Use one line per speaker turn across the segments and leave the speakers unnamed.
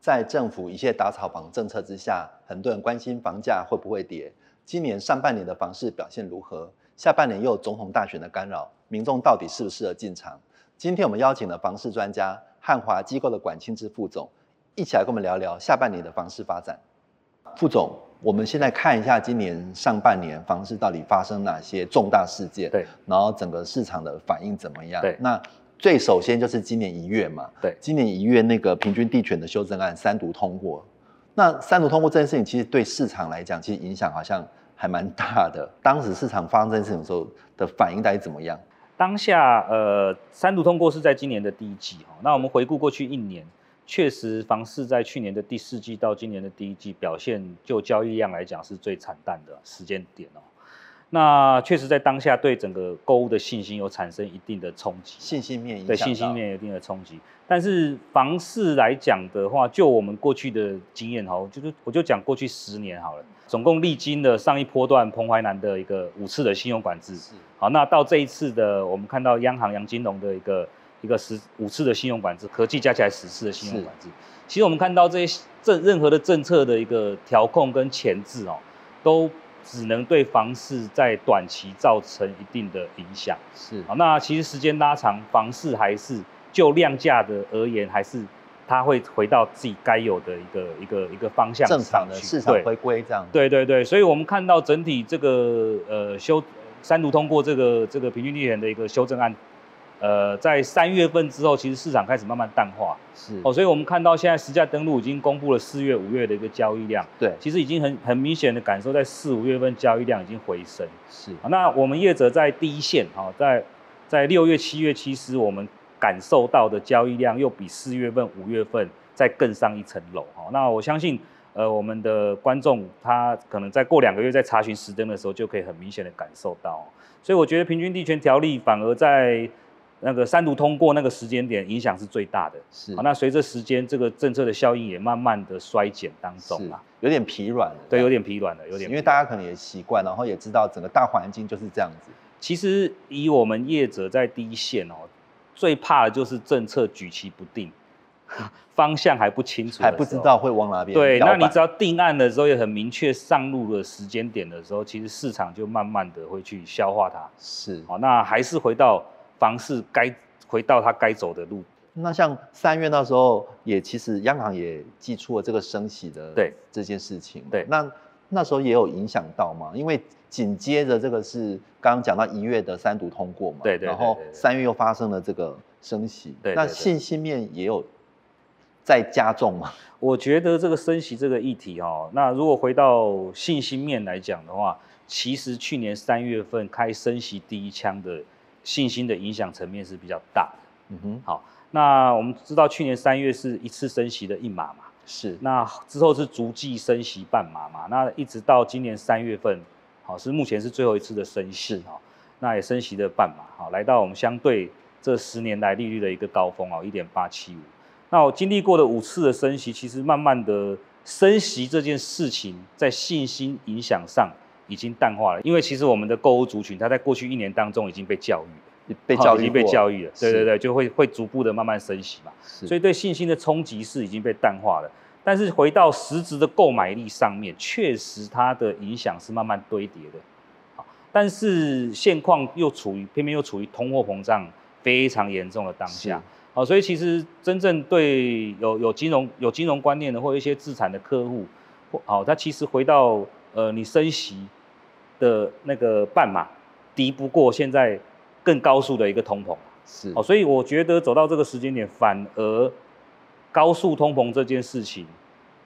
在政府一切打炒房政策之下，很多人关心房价会不会跌。今年上半年的房市表现如何？下半年又有总统大选的干扰，民众到底适不适合进场？今天我们邀请了房市专家汉华机构的管清志副总，一起来跟我们聊聊下半年的房市发展。副总，我们先来看一下今年上半年房市到底发生哪些重大事件，
对，
然后整个市场的反应怎么样？
对
那最首先就是今年一月嘛，
对
今年一月那个平均地权的修正案三读通过，那三读通过这件事情，其实对市场来讲，其实影响好像还蛮大的。 当时市场发生这件事情的时候的反应大概怎么样？
当下呃，三读通过是在今年的第一季哈。那我们回顾过去一年，确实房市在去年的第四季到今年的第一季表现，就交易量来讲是最惨淡的时间点哦。那确实在当下对整个购物的信心有产生一定的冲击。
信心面影响
对
到
信心面有一定的冲击。但是房市来讲的话，就我们过去的经验哈，我就是我就讲过去十年好了，总共历经了上一波段彭淮南的一个五次的信用管制，
是
好，那到这一次的，我们看到央行杨金龙的一个一个十五次的信用管制，合计加起来十次的信用管制。其实我们看到这些政任何的政策的一个调控跟前置哦，都只能对房市在短期造成一定的影响。
是
好，那其实时间拉长，房市还是就量价的而言，还是它会回到自己该有的一个一个一个方向上
正
去。
常的市场
对
回归这样。
对对对，所以我们看到整体这个呃修三读通过这个这个平均地权的一个修正案，呃，在三月份之后，其实市场开始慢慢淡化
是
哦，所以我们看到现在实价登录已经公布了四月、五月的一个交易量，
对
其实已经很很明显的感受，在四五月份交易量已经回升。
是
好那我们业者在第一线哈、哦，在在六月、七月，其实我们感受到的交易量又比四月份、五月份再更上一层楼哈、哦。那我相信，呃，我们的观众他可能再过两个月在查询时灯的时候，就可以很明显的感受到、哦。所以我觉得平均地权条例反而在那个三读通过那个时间点影响是最大的。
是
好、那随着时间，这个政策的效应也慢慢的衰减当中
是
啦，
有点疲软了，
对，有点疲软了，有点疲软
因为大家可能也习惯，然后也知道整个大环境就是这样子。
其实以我们业者在第一线哦，最怕的就是政策举棋不定，方向还不清楚，
还不知。道会往哪边
对，
摇
那
摆。
你只要定案的时候也很明确上路的时间点的时候，其实市场就慢慢的会去消化它。
是
好，那还是回到房市该回到它该走的路。
那像三月那时候也其实央行也寄出了这个升息的
对
这件事情嘛，
对
那那时候也有影响到嘛，因为紧接着这个是刚刚讲到一月的三读通过嘛，
对对对
然后
对对对
三月又发生了这个升息，
对对
那
对
信息面也有在加重嘛，
我觉得这个升息这个议题哦，那如果回到信心面来讲的话，其实去年三月份开升息第一枪的信心的影响层面是比较大的。
嗯哼，
那我们知道去年三月是一次升息的一码嘛，
是
那之后是逐季升息半码嘛，那一直到今年三月份，好是目前是最后一次的升息哦，那也升息的半码，好来到我们相对这十年来利率的一个高峰哦，一点八七五。那我经历过的五次的升息，其实慢慢的升息这件事情在信心影响上已经淡化了，因为其实我们的购物族群，它在过去一年当中已经被教育了。
被
好
教育
已经被教
育，
育了，
是
对对对，就会会逐步的慢慢升息嘛，所
所
以对信心的冲击是已经被淡化了。但是回到实质的购买力上面，确实它的影响是慢慢堆叠的。好，但是现况又处于偏偏又处于通货膨胀非常严重的当下，好，所以其实真正对有有金融有金融观念的或一些资产的客户，或好，他其实回到呃你升息的那个半码，敌不过现在更高速的一个通膨。
是
哦，所以我觉得走到这个时间点，反而高速通膨这件事情，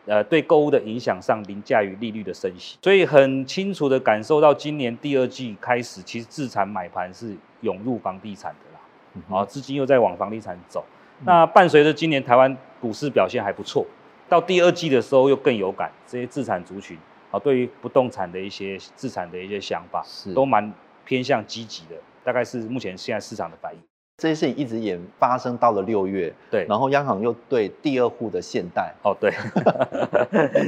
呃，对购物的影响上凌驾于利率的升息，所以很清楚的感受到今年第二季开始，其实自产买盘是涌入房地产的啦，
嗯哼
啊、资金又在往房地产走。
嗯
那伴随着今年台湾股市表现还不错，到第二季的时候又更有感，这些自产族群啊、对于不动产的一些自产的一些想法，
是
都蛮偏向积极的，大概是目前现在市场的反应。
这些事情一直演发生到了六月，
对，
然后央行又对第二户的限贷，
哦对，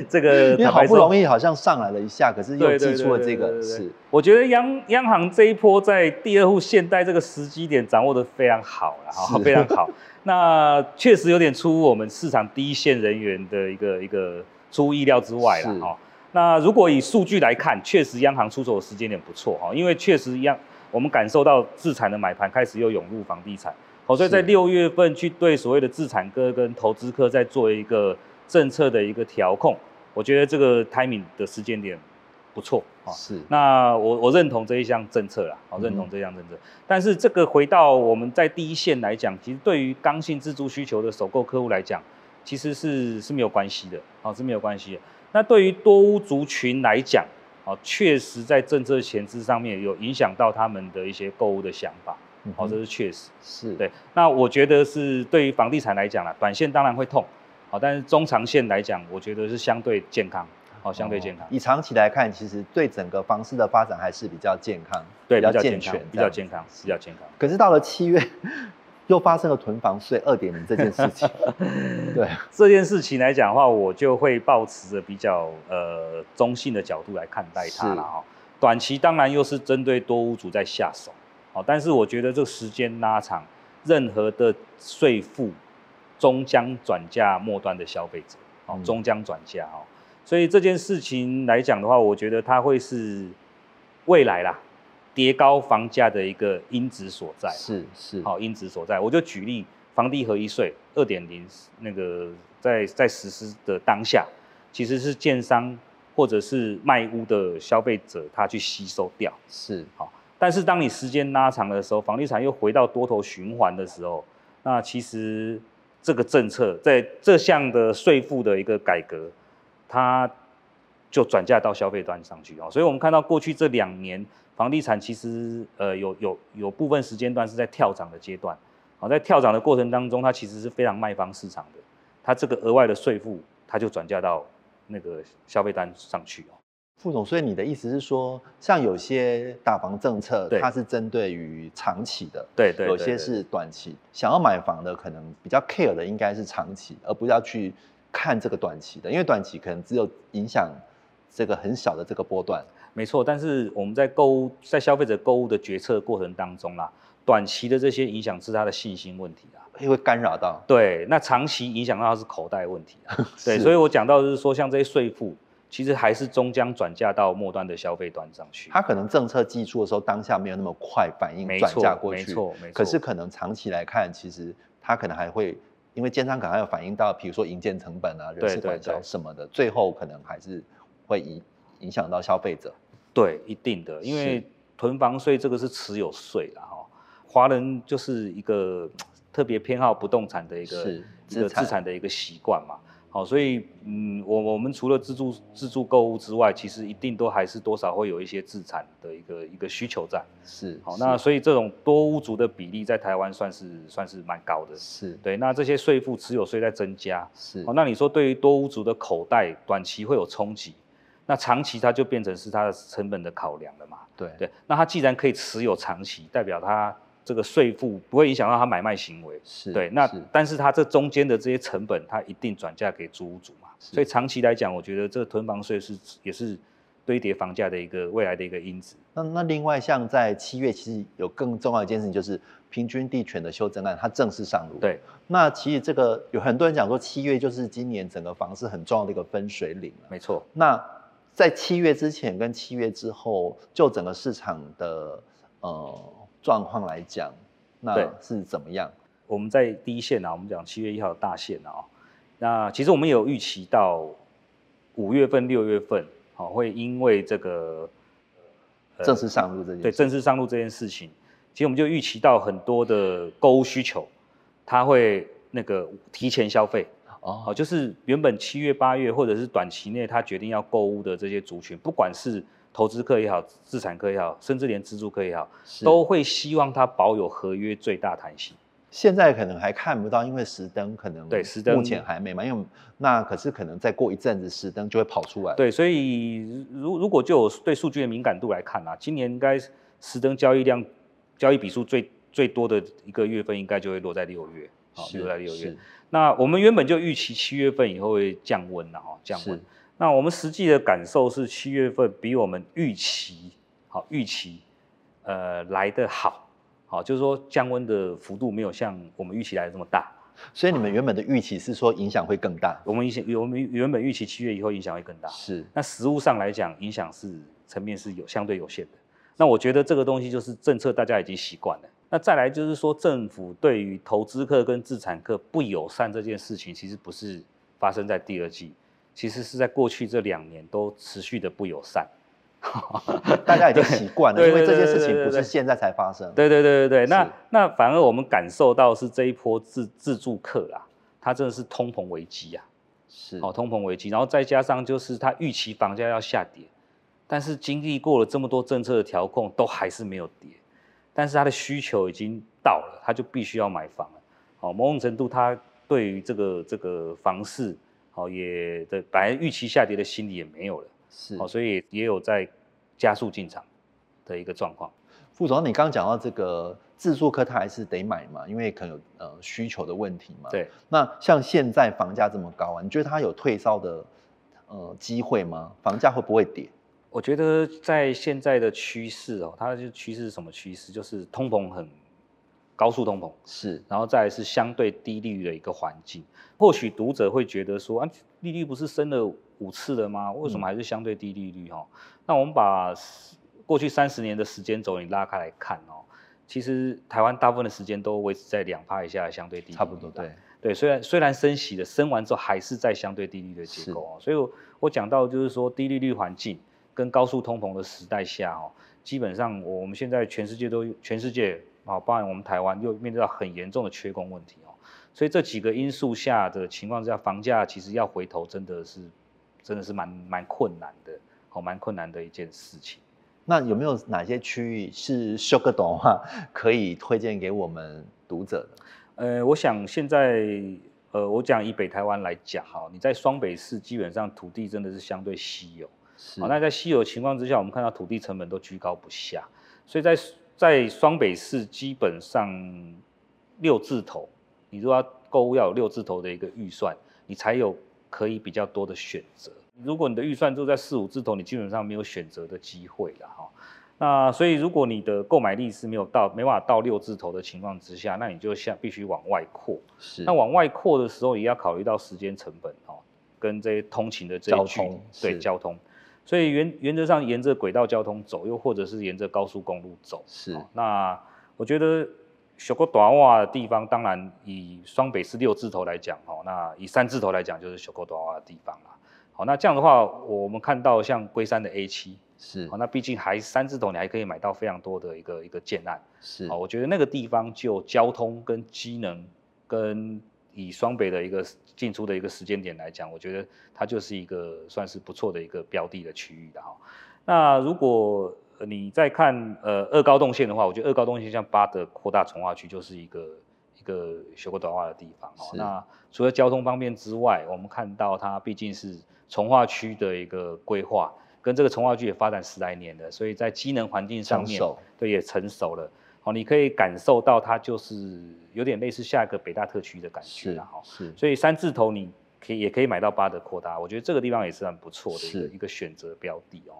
这个
因为
坦
好
白
不
说
容易好像上来了一下，可是又
对
寄
对
出了
对
这
对
个
对对
事。
我觉得央央行这一波在第二户限贷这个时机点掌握的非常好了，哈，
是
非常 好。那确实有点出乎我们市场第一线人员的一个一个出乎意料之外了，
是
哈。那如果以数据来看，确实央行出手的时间点不错哈，因为确实央我们感受到自产的买盘开始又涌入房地产，好，所以在
是
六月份去对所谓的自产科跟投资科在做一个政策的一个调控，我觉得这个 timing 的时间点不错啊。
是，
那我我认同这一项政策啦，我认同这项政策。但是这个回到我们在第一线来讲，其实对于刚性自住需求的首购客户来讲，其实是是没有关系的，啊、是没有关系的。那对于多屋族群来讲，啊、确实在政策前置上面有影响到他们的一些购物的想法，
嗯
好、
哼
这是确实。
是，
对，那我觉得是对于房地产来讲啦，短线当然会痛，好、但是中长线来讲，我觉得是相对健康，好、相对健康。
哦以长期来看，其实对整个房市的发展还是比较健康，
对，
比较
比较
健
健康
全，，
比较健康，比较健康。
可是到了七月，又发生了囤房税二点零这件事 情。对，
这件事情来讲的话，我就会抱持着比较呃中性的角度来看待它
是
了哈。短期当然又是针对多屋主在下手，好、但是我觉得这个时间拉长，任何的税负终将转嫁末端的消费者，哦，
嗯
终将转嫁哦。所以这件事情来讲的话，我觉得它会是未来啦，叠高房价的一个因子所在啦。
是是，
好因子所在。我就举例，房地合一税二点零那个在在实施的当下，其实是建商或者是卖屋的消费者他去吸收掉。
是
但是当你时间拉长的时候，房地产又回到多头循环的时候，那其实这个政策在这项的税负的一个改革，它就转嫁到消费端上去哦。所以我们看到过去这两年房地产其实呃有有有部分时间段是在跳涨的阶段，好、在跳涨的过程当中，它其实是非常卖方市场的，它这个额外的税负它就转嫁到那个消费端上去哦。
副总，所以你的意思是说，像有些打房政策，
对
它是针对于长期的。
对对对
有些
对
是短期，想要买房的可能比较 care 的应该是长期，而不要去看这个短期的，因为短期可能只有影响这个很小的这个波段。
没错，但是我们在购物，在消费者购物的决策过程当中啦，短期的这些影响是他的信心问题啊。
会干扰到。
对，那长期影响到他是口袋问题啊。 对，
是
所以我讲到就是说，像这些税负，其实还是终将转嫁到末端的消费端上去。
它可能政策寄出的时候，当下没有那么快反应
没
转
错
嫁过去，
没错，没错。
可是可能长期来看，其实它可能还会因为建商可能还有反映到，比如说营建成本啊、人
对
事管
对
销
对
什么的，最后可能还是会影影响到消费者。
对，一定的，因为囤房税这个是持有税啦，哈。华人就是一个特别偏好不动产的一个
是
一
资
个
产
资产的一个习惯嘛。好，所以嗯，我我们除了自住自住购物之外，其实一定都还是多少会有一些自产的一个一个需求在。
是，
好，
是
那所以这种多屋族的比例在台湾算是算是蛮高的。
是
对，那这些税负持有税在增加，
是
哦，那你说对于多屋族的口袋，短期会有冲击，那长期它就变成是它的成本的考量了嘛？
对
对，那它既然可以持有长期，代表它这个税负不会影响到它买卖行为，
是
对，那
是
但是它这中间的这些成本，它一定转嫁给租屋主嘛，
是
所以长期来讲，我觉得这个囤房税是也是堆叠房价的一个未来的一个因子。
那那另外像在七月，其实有更重要一件事情就是平均地权的修正案，它正式上路。
对，
那其实这个有很多人讲说，七月就是今年整个房市很重要的一个分水岭了。
没错，
那在七月之前跟七月之后，就整个市场的呃状况来讲，
对
那是怎么样？
我们在第一线啊，我们讲七月一号的大线啊，那其实我们也有预期到五月份、六月份，好、会因为这个
正式上路这件
呃对
事，
正式上路这件事情，其实我们就预期到很多的购物需求，它会那个提前消费，好、
哦，
就是原本七月、八月或者是短期内他决定要购物的这些族群，不管是投资客也好、资产客也好，甚至连自住客也好，
是
都会希望它保有合约最大弹性。
现在可能还看不到，因为石灯可能
对石灯
目前还没嘛，因为那可是可能再过一阵子石灯就会跑出来。，
对，所以如如果就有对数据的敏感度来看啊，今年应该实登交易量、交易笔数最最多的一个月份应该就会落在六月，好、
是
落在六月
是。
那我们原本就预期七月份以后会降温了哈，哦降温
是。
那我们实际的感受是七月份比我们预期好预期呃来的好，好就是说降温的幅度没有像我们预期来的这么大。
所以你们原本的预期是说影响会更大，
我们以前我们原本预期七月以后影响会更大，
是
那实物上来讲，影响是层面是有相对有限的。那我觉得这个东西就是政策，大家已经习惯了。那再来就是说，政府对于投资客跟自产客不友善这件事情，其实不是发生在第二季，其实是在过去这两年都持续的不友善。
大家已经习惯了，
对
因为这
对
件
对
事
对
情
对
不是
对
现在才发生。
对对对对对，那
是
那反而我们感受到是这一波自自住客啦，它真的是通膨危机啊。
是
哦，通膨危机，然后再加上就是它预期房价要下跌，但是经历过了这么多政策的调控，都还是没有跌，但是它的需求已经到了，它就必须要买房了。哦，某种程度，它对于这个这个房市，哦也的本来预期下跌的心理也没有了，
是
哦，所以也有在加速进场的一个状况。
副总，你刚刚讲到这个自住客，他还是得买嘛，因为可能有呃需求的问题嘛。。
对，
那像现在房价这么高啊，你觉得它有退烧的呃机会吗？房价会不会跌？
我觉得在现在的趋势哦，它就趋势是什么趋势？就是通膨很高速通膨。
是
然后再来是相对低利率的一个环境。或许读者会觉得说，啊，利率不是升了五次了吗？
嗯
为什么还是相对低利率？哦，那我们把十过去三十年的时间轴你拉开来看哦，其实台湾大部分的时间都维持在两趴以下的相对低利率，
差不多，对。
对，虽然虽然升息了，升完之后还是在相对低利率的结构哦，所以我我讲到就是说低利率环境跟高速通膨的时代下哦，基本上我们现在全世界都全世界啊、包含我们台湾又面对到很严重的缺工问题哦，所以这几个因素下的情况之下，房价其实要回头真的是真的是蛮蛮困难的，哦，蛮困难的一件事情。
那有没有哪些区域是修个懂话可以推荐给我们读者的？
呃，我想现在，呃，我讲以北台湾来讲，哈，你在双北市基本上土地真的是相对稀有，
是
好，那在稀有情况之下，我们看到土地成本都居高不下，所以在在双北市基本上六字头，你如果要购物要有六字头的一个预算，你才有可以比较多的选择。如果你的预算就在四五字头，你基本上没有选择的机会了哈。那所以如果你的购买力是没有到没办法到六字头的情况之下，那你就下必须往外扩。
是
那往外扩的时候，也要考虑到时间成本哦，跟这些通勤的这
交
一距离
通是
对交通。所以原原则上沿着轨道交通走，又或者是沿着高速公路走。
是
哦那我觉得小国短袜的地方，当然以双北是六字头来讲哦，那以三字头来讲就是小国短袜的地方啦。好，那这样的话，我们看到像龟山的 A 七，
是
好，那毕竟还三字头，你还可以买到非常多的一个一个建案。
是
好，我觉得那个地方就交通跟机能跟以双北的一个进出的一个时间点来讲，我觉得它就是一个算是不错的一个标的的区域的哈。那如果呃你再看呃二高动线的话，我觉得二高动线像八德扩大从化区就是一个一个修过短化的地方哦。
是
那除了交通方面之外，我们看到它毕竟是从化区的一个规划，跟这个从化区也发展十来年了，所以在机能环境上
成
面，
熟
对，也成熟了。哦，你可以感受到它就是有点类似下一个北大特区的感
是
觉啦，哈。
是
所以三字头你可以也可以买到八的扩大，我觉得这个地方也是很不错的一个
是
一个选择标的哦。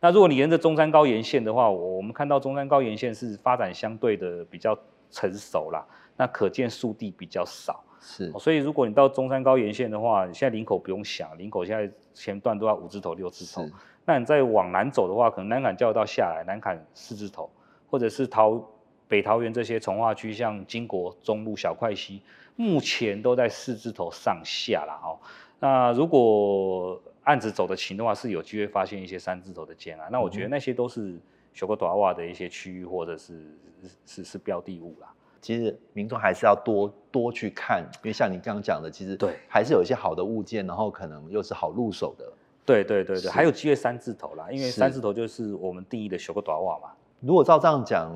那如果你沿着中山高沿线的话，我我们看到中山高沿线是发展相对的比较成熟啦，那可见速地比较少。
是
哦所以如果你到中山高沿线的话，你现在林口不用想，林口现在前段都要五字头、六字头
是，
那你再往南走的话，可能南坎交流道下来，南坎四字头，或者是桃北桃园这些从化区，像金国中路、小块溪，目前都在四字头上下啦。哦。那如果案子走得勤的话，是有机会发现一些三字头的建案。那我觉得那些都是小个短袜的一些区域，或者是是是是标的物啦。
其实民众还是要多多去看，因为像你刚刚讲的，其实
对
还是有一些好的物件，然后可能又是好入手的。
对对对
是
对，还有机会三字头啦，因为
是
三字头就是我们定义的小个短袜嘛。
如果照这样讲，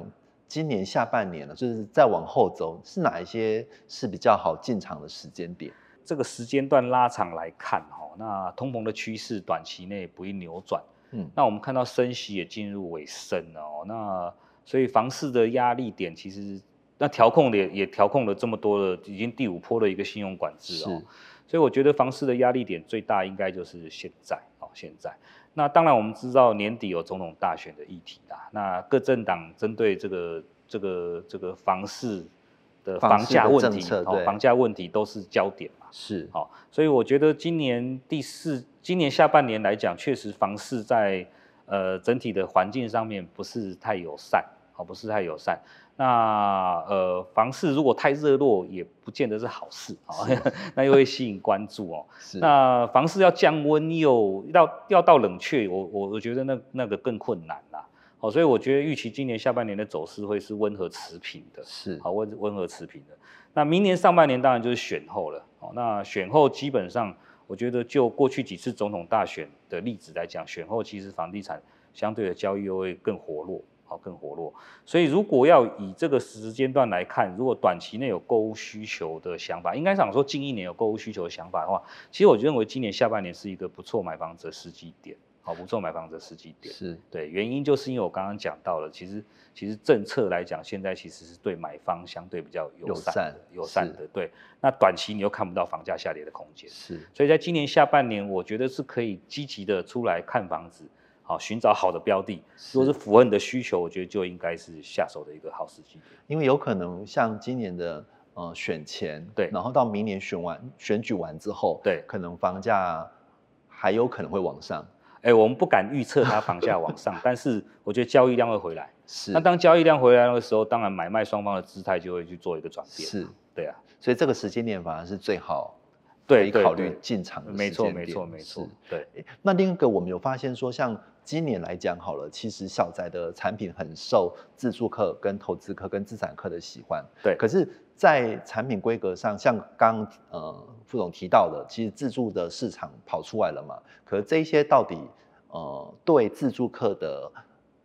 今年下半年了，就是再往后走，是哪一些是比较好进场的时间点？
这个时间段拉长来看，哈，那通膨的趋势短期内不易扭转。
嗯，
那我们看到升息也进入尾声了哦，那所以房市的压力点其实那调控的也也调控了这么多的，已经第五波的一个信用管制哦。所以我觉得房市的压力点最大应该就是现在哦，现在。那当然我们知道年底有总统大选的议题啦，那各政党针对这个这个这个房市的
房
房
市
价
的
问
政
题哦
策对
房价问题都是焦点嘛。
是
好、所以我觉得今年第四，今年下半年来讲，确实房市在呃整体的环境上面不是太友善，好、不是太友善。那呃，房市如果太热络，也不见得是好事啊、哦，那又会吸引关注哦。
是
那房市要降温又要要到冷却，我我我觉得那那个更困难啦。好、所以我觉得预期今年下半年的走势会是温和持平的。
是
好温温和持平的。那明年上半年当然就是选后了，哦，那选后基本上，我觉得就过去几次总统大选的例子来讲，选后其实房地产相对的交易又会更活络，好、更活络。所以如果要以这个时间段来看，如果短期内有购物需求的想法，应该想说近一年有购物需求的想法的话，其实我认为今年下半年是一个不错买房者时机点，好、不错买房者时机点。
是
对，原因就是因为我刚刚讲到了，其实其实政策来讲，现在其实是对买方相对比较友善的、
友
友
善
善的。对，那短期你又看不到房价下跌的空间，
是
所以在今年下半年，我觉得是可以积极的出来看房子，好、寻找好的标的。如果是符合你的需求，我觉得就应该是下手的一个好时机点。
因为有可能像今年的呃选前，
对
然后到明年选完选举完之后，
对
可能房价还有可能会往上，
哎，我们不敢预测它房价往上， 但是我觉得交易量会回来。
是
那当交易量回来的时候，当然买卖双方的姿态就会去做一个转变。
是，
对啊，
所以这个时间点反而是最好可
对
以
对
考虑
对
进场的
没
时
错，
间
没
点
错，没错
是，
对，
诶那另一个我们有发现说，像今年来讲好了，其实小宅的产品很受自住客、跟投资客、跟资产客的喜欢。
对
可是，在产品规格上，像刚刚呃副总提到的，其实自住的市场跑出来了嘛，可是这一些到底呃对自住客的。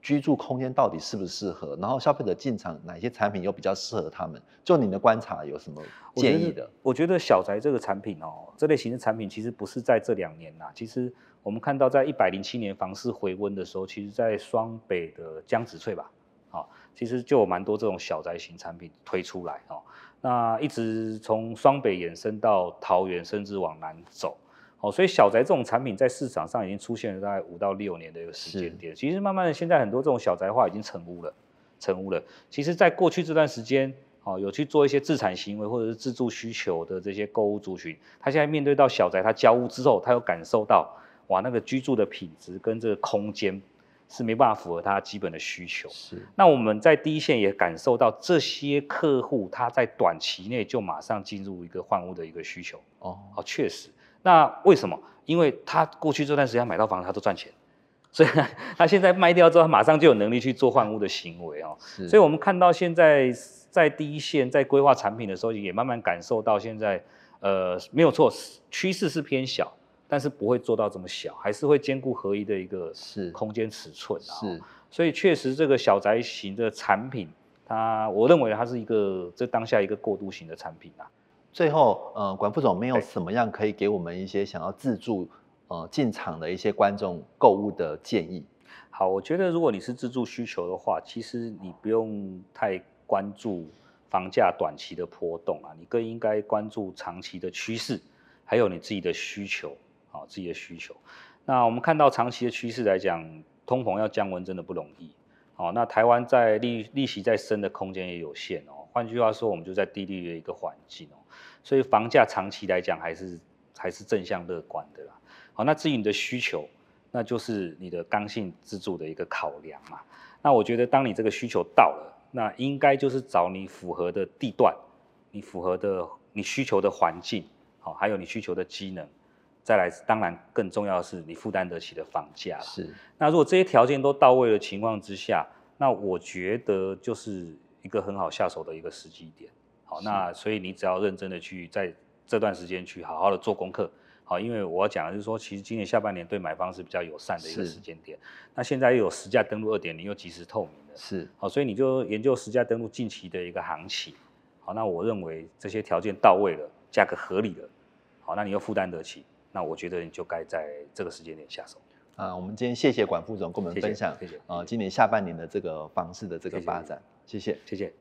居住空间到底适不适合？然后消费者进场哪些产品又比较适合他们？就你的观察有什么
我觉
建
得
议的？
我觉得小宅这个产品哦，这类型的产品其实不是在这两年呐、其实我们看到在一百零七年房市回温的时候，其实在双北的江子翠吧，啊、其实就有蛮多这种小宅型产品推出来哦。那一直从双北延伸到桃园，甚至往南走。哦，所以小宅这种产品在市场上已经出现了大概五到六年的一个时
是
间点。其实慢慢的，现在很多这种小宅化已经成屋了，成屋了。其实，在过去这段时间，哦，有去做一些自产行为或者是自住需求的这些购物族群，他现在面对到小宅，他交屋之后，他有感受到，哇，那个居住的品质跟这个空间是没办法符合他基本的需求。
是
那我们在第一线也感受到这些客户，他在短期内就马上进入一个换屋的一个需求。
哦，
哦，确实。那为什么？因为他过去这段时间买到房，他都赚钱，所以他现在卖掉之后，他马上就有能力去做换屋的行为哦。
是
所以我们看到现在在第一线在规划产品的时候，也慢慢感受到现在，呃，没有错，趋势是偏小，但是不会做到这么小，还是会兼顾合一的一个
是
空间尺寸啊、
是
所以确实这个小宅型的产品，它我认为它是一个这当下一个过渡型的产品啊。
最后，呃，管副总没有
对
什么样可以给我们一些想要自助呃进场的一些观众购物的建议？
好，我觉得如果你是自住需求的话，其实你不用太关注房价短期的波动啊，你更应该关注长期的趋势，还有你自己的需求啊、自己的需求。那我们看到长期的趋势来讲，通膨要降温真的不容易。好、那台湾在利利息再升的空间也有限哦。换句话说，我们就在低利率的一个环境哦，所以房价长期来讲还是还是正向乐观的啦。好，那至于你的需求，那就是你的刚性自住的一个考量嘛。那我觉得，当你这个需求到了，那应该就是找你符合的地段，你符合的你需求的环境，好、还有你需求的机能，再来，当然更重要的是你负担得起的房价啦。
是
那如果这些条件都到位的情况之下，那我觉得就是一个很好下手的一个时机点。好，
是
那所以你只要认真的去在这段时间去好好的做功课。好，因为我要讲的是说，其实今年下半年对买方是比较友善的一个
是
时间点。那现在又有实价登录二点零，又及时透明的，
是
好，所以你就研究实价登录近期的一个行情。好，那我认为这些条件到位了，价格合理了，好，那你又负担得起，那我觉得你就该在这个时间点下手。
啊、我们今天谢谢管副总跟我们
谢谢
分享哦
谢谢
呃今年下半年的这个房市的这个
谢谢
发
谢谢
展，谢谢。
谢谢。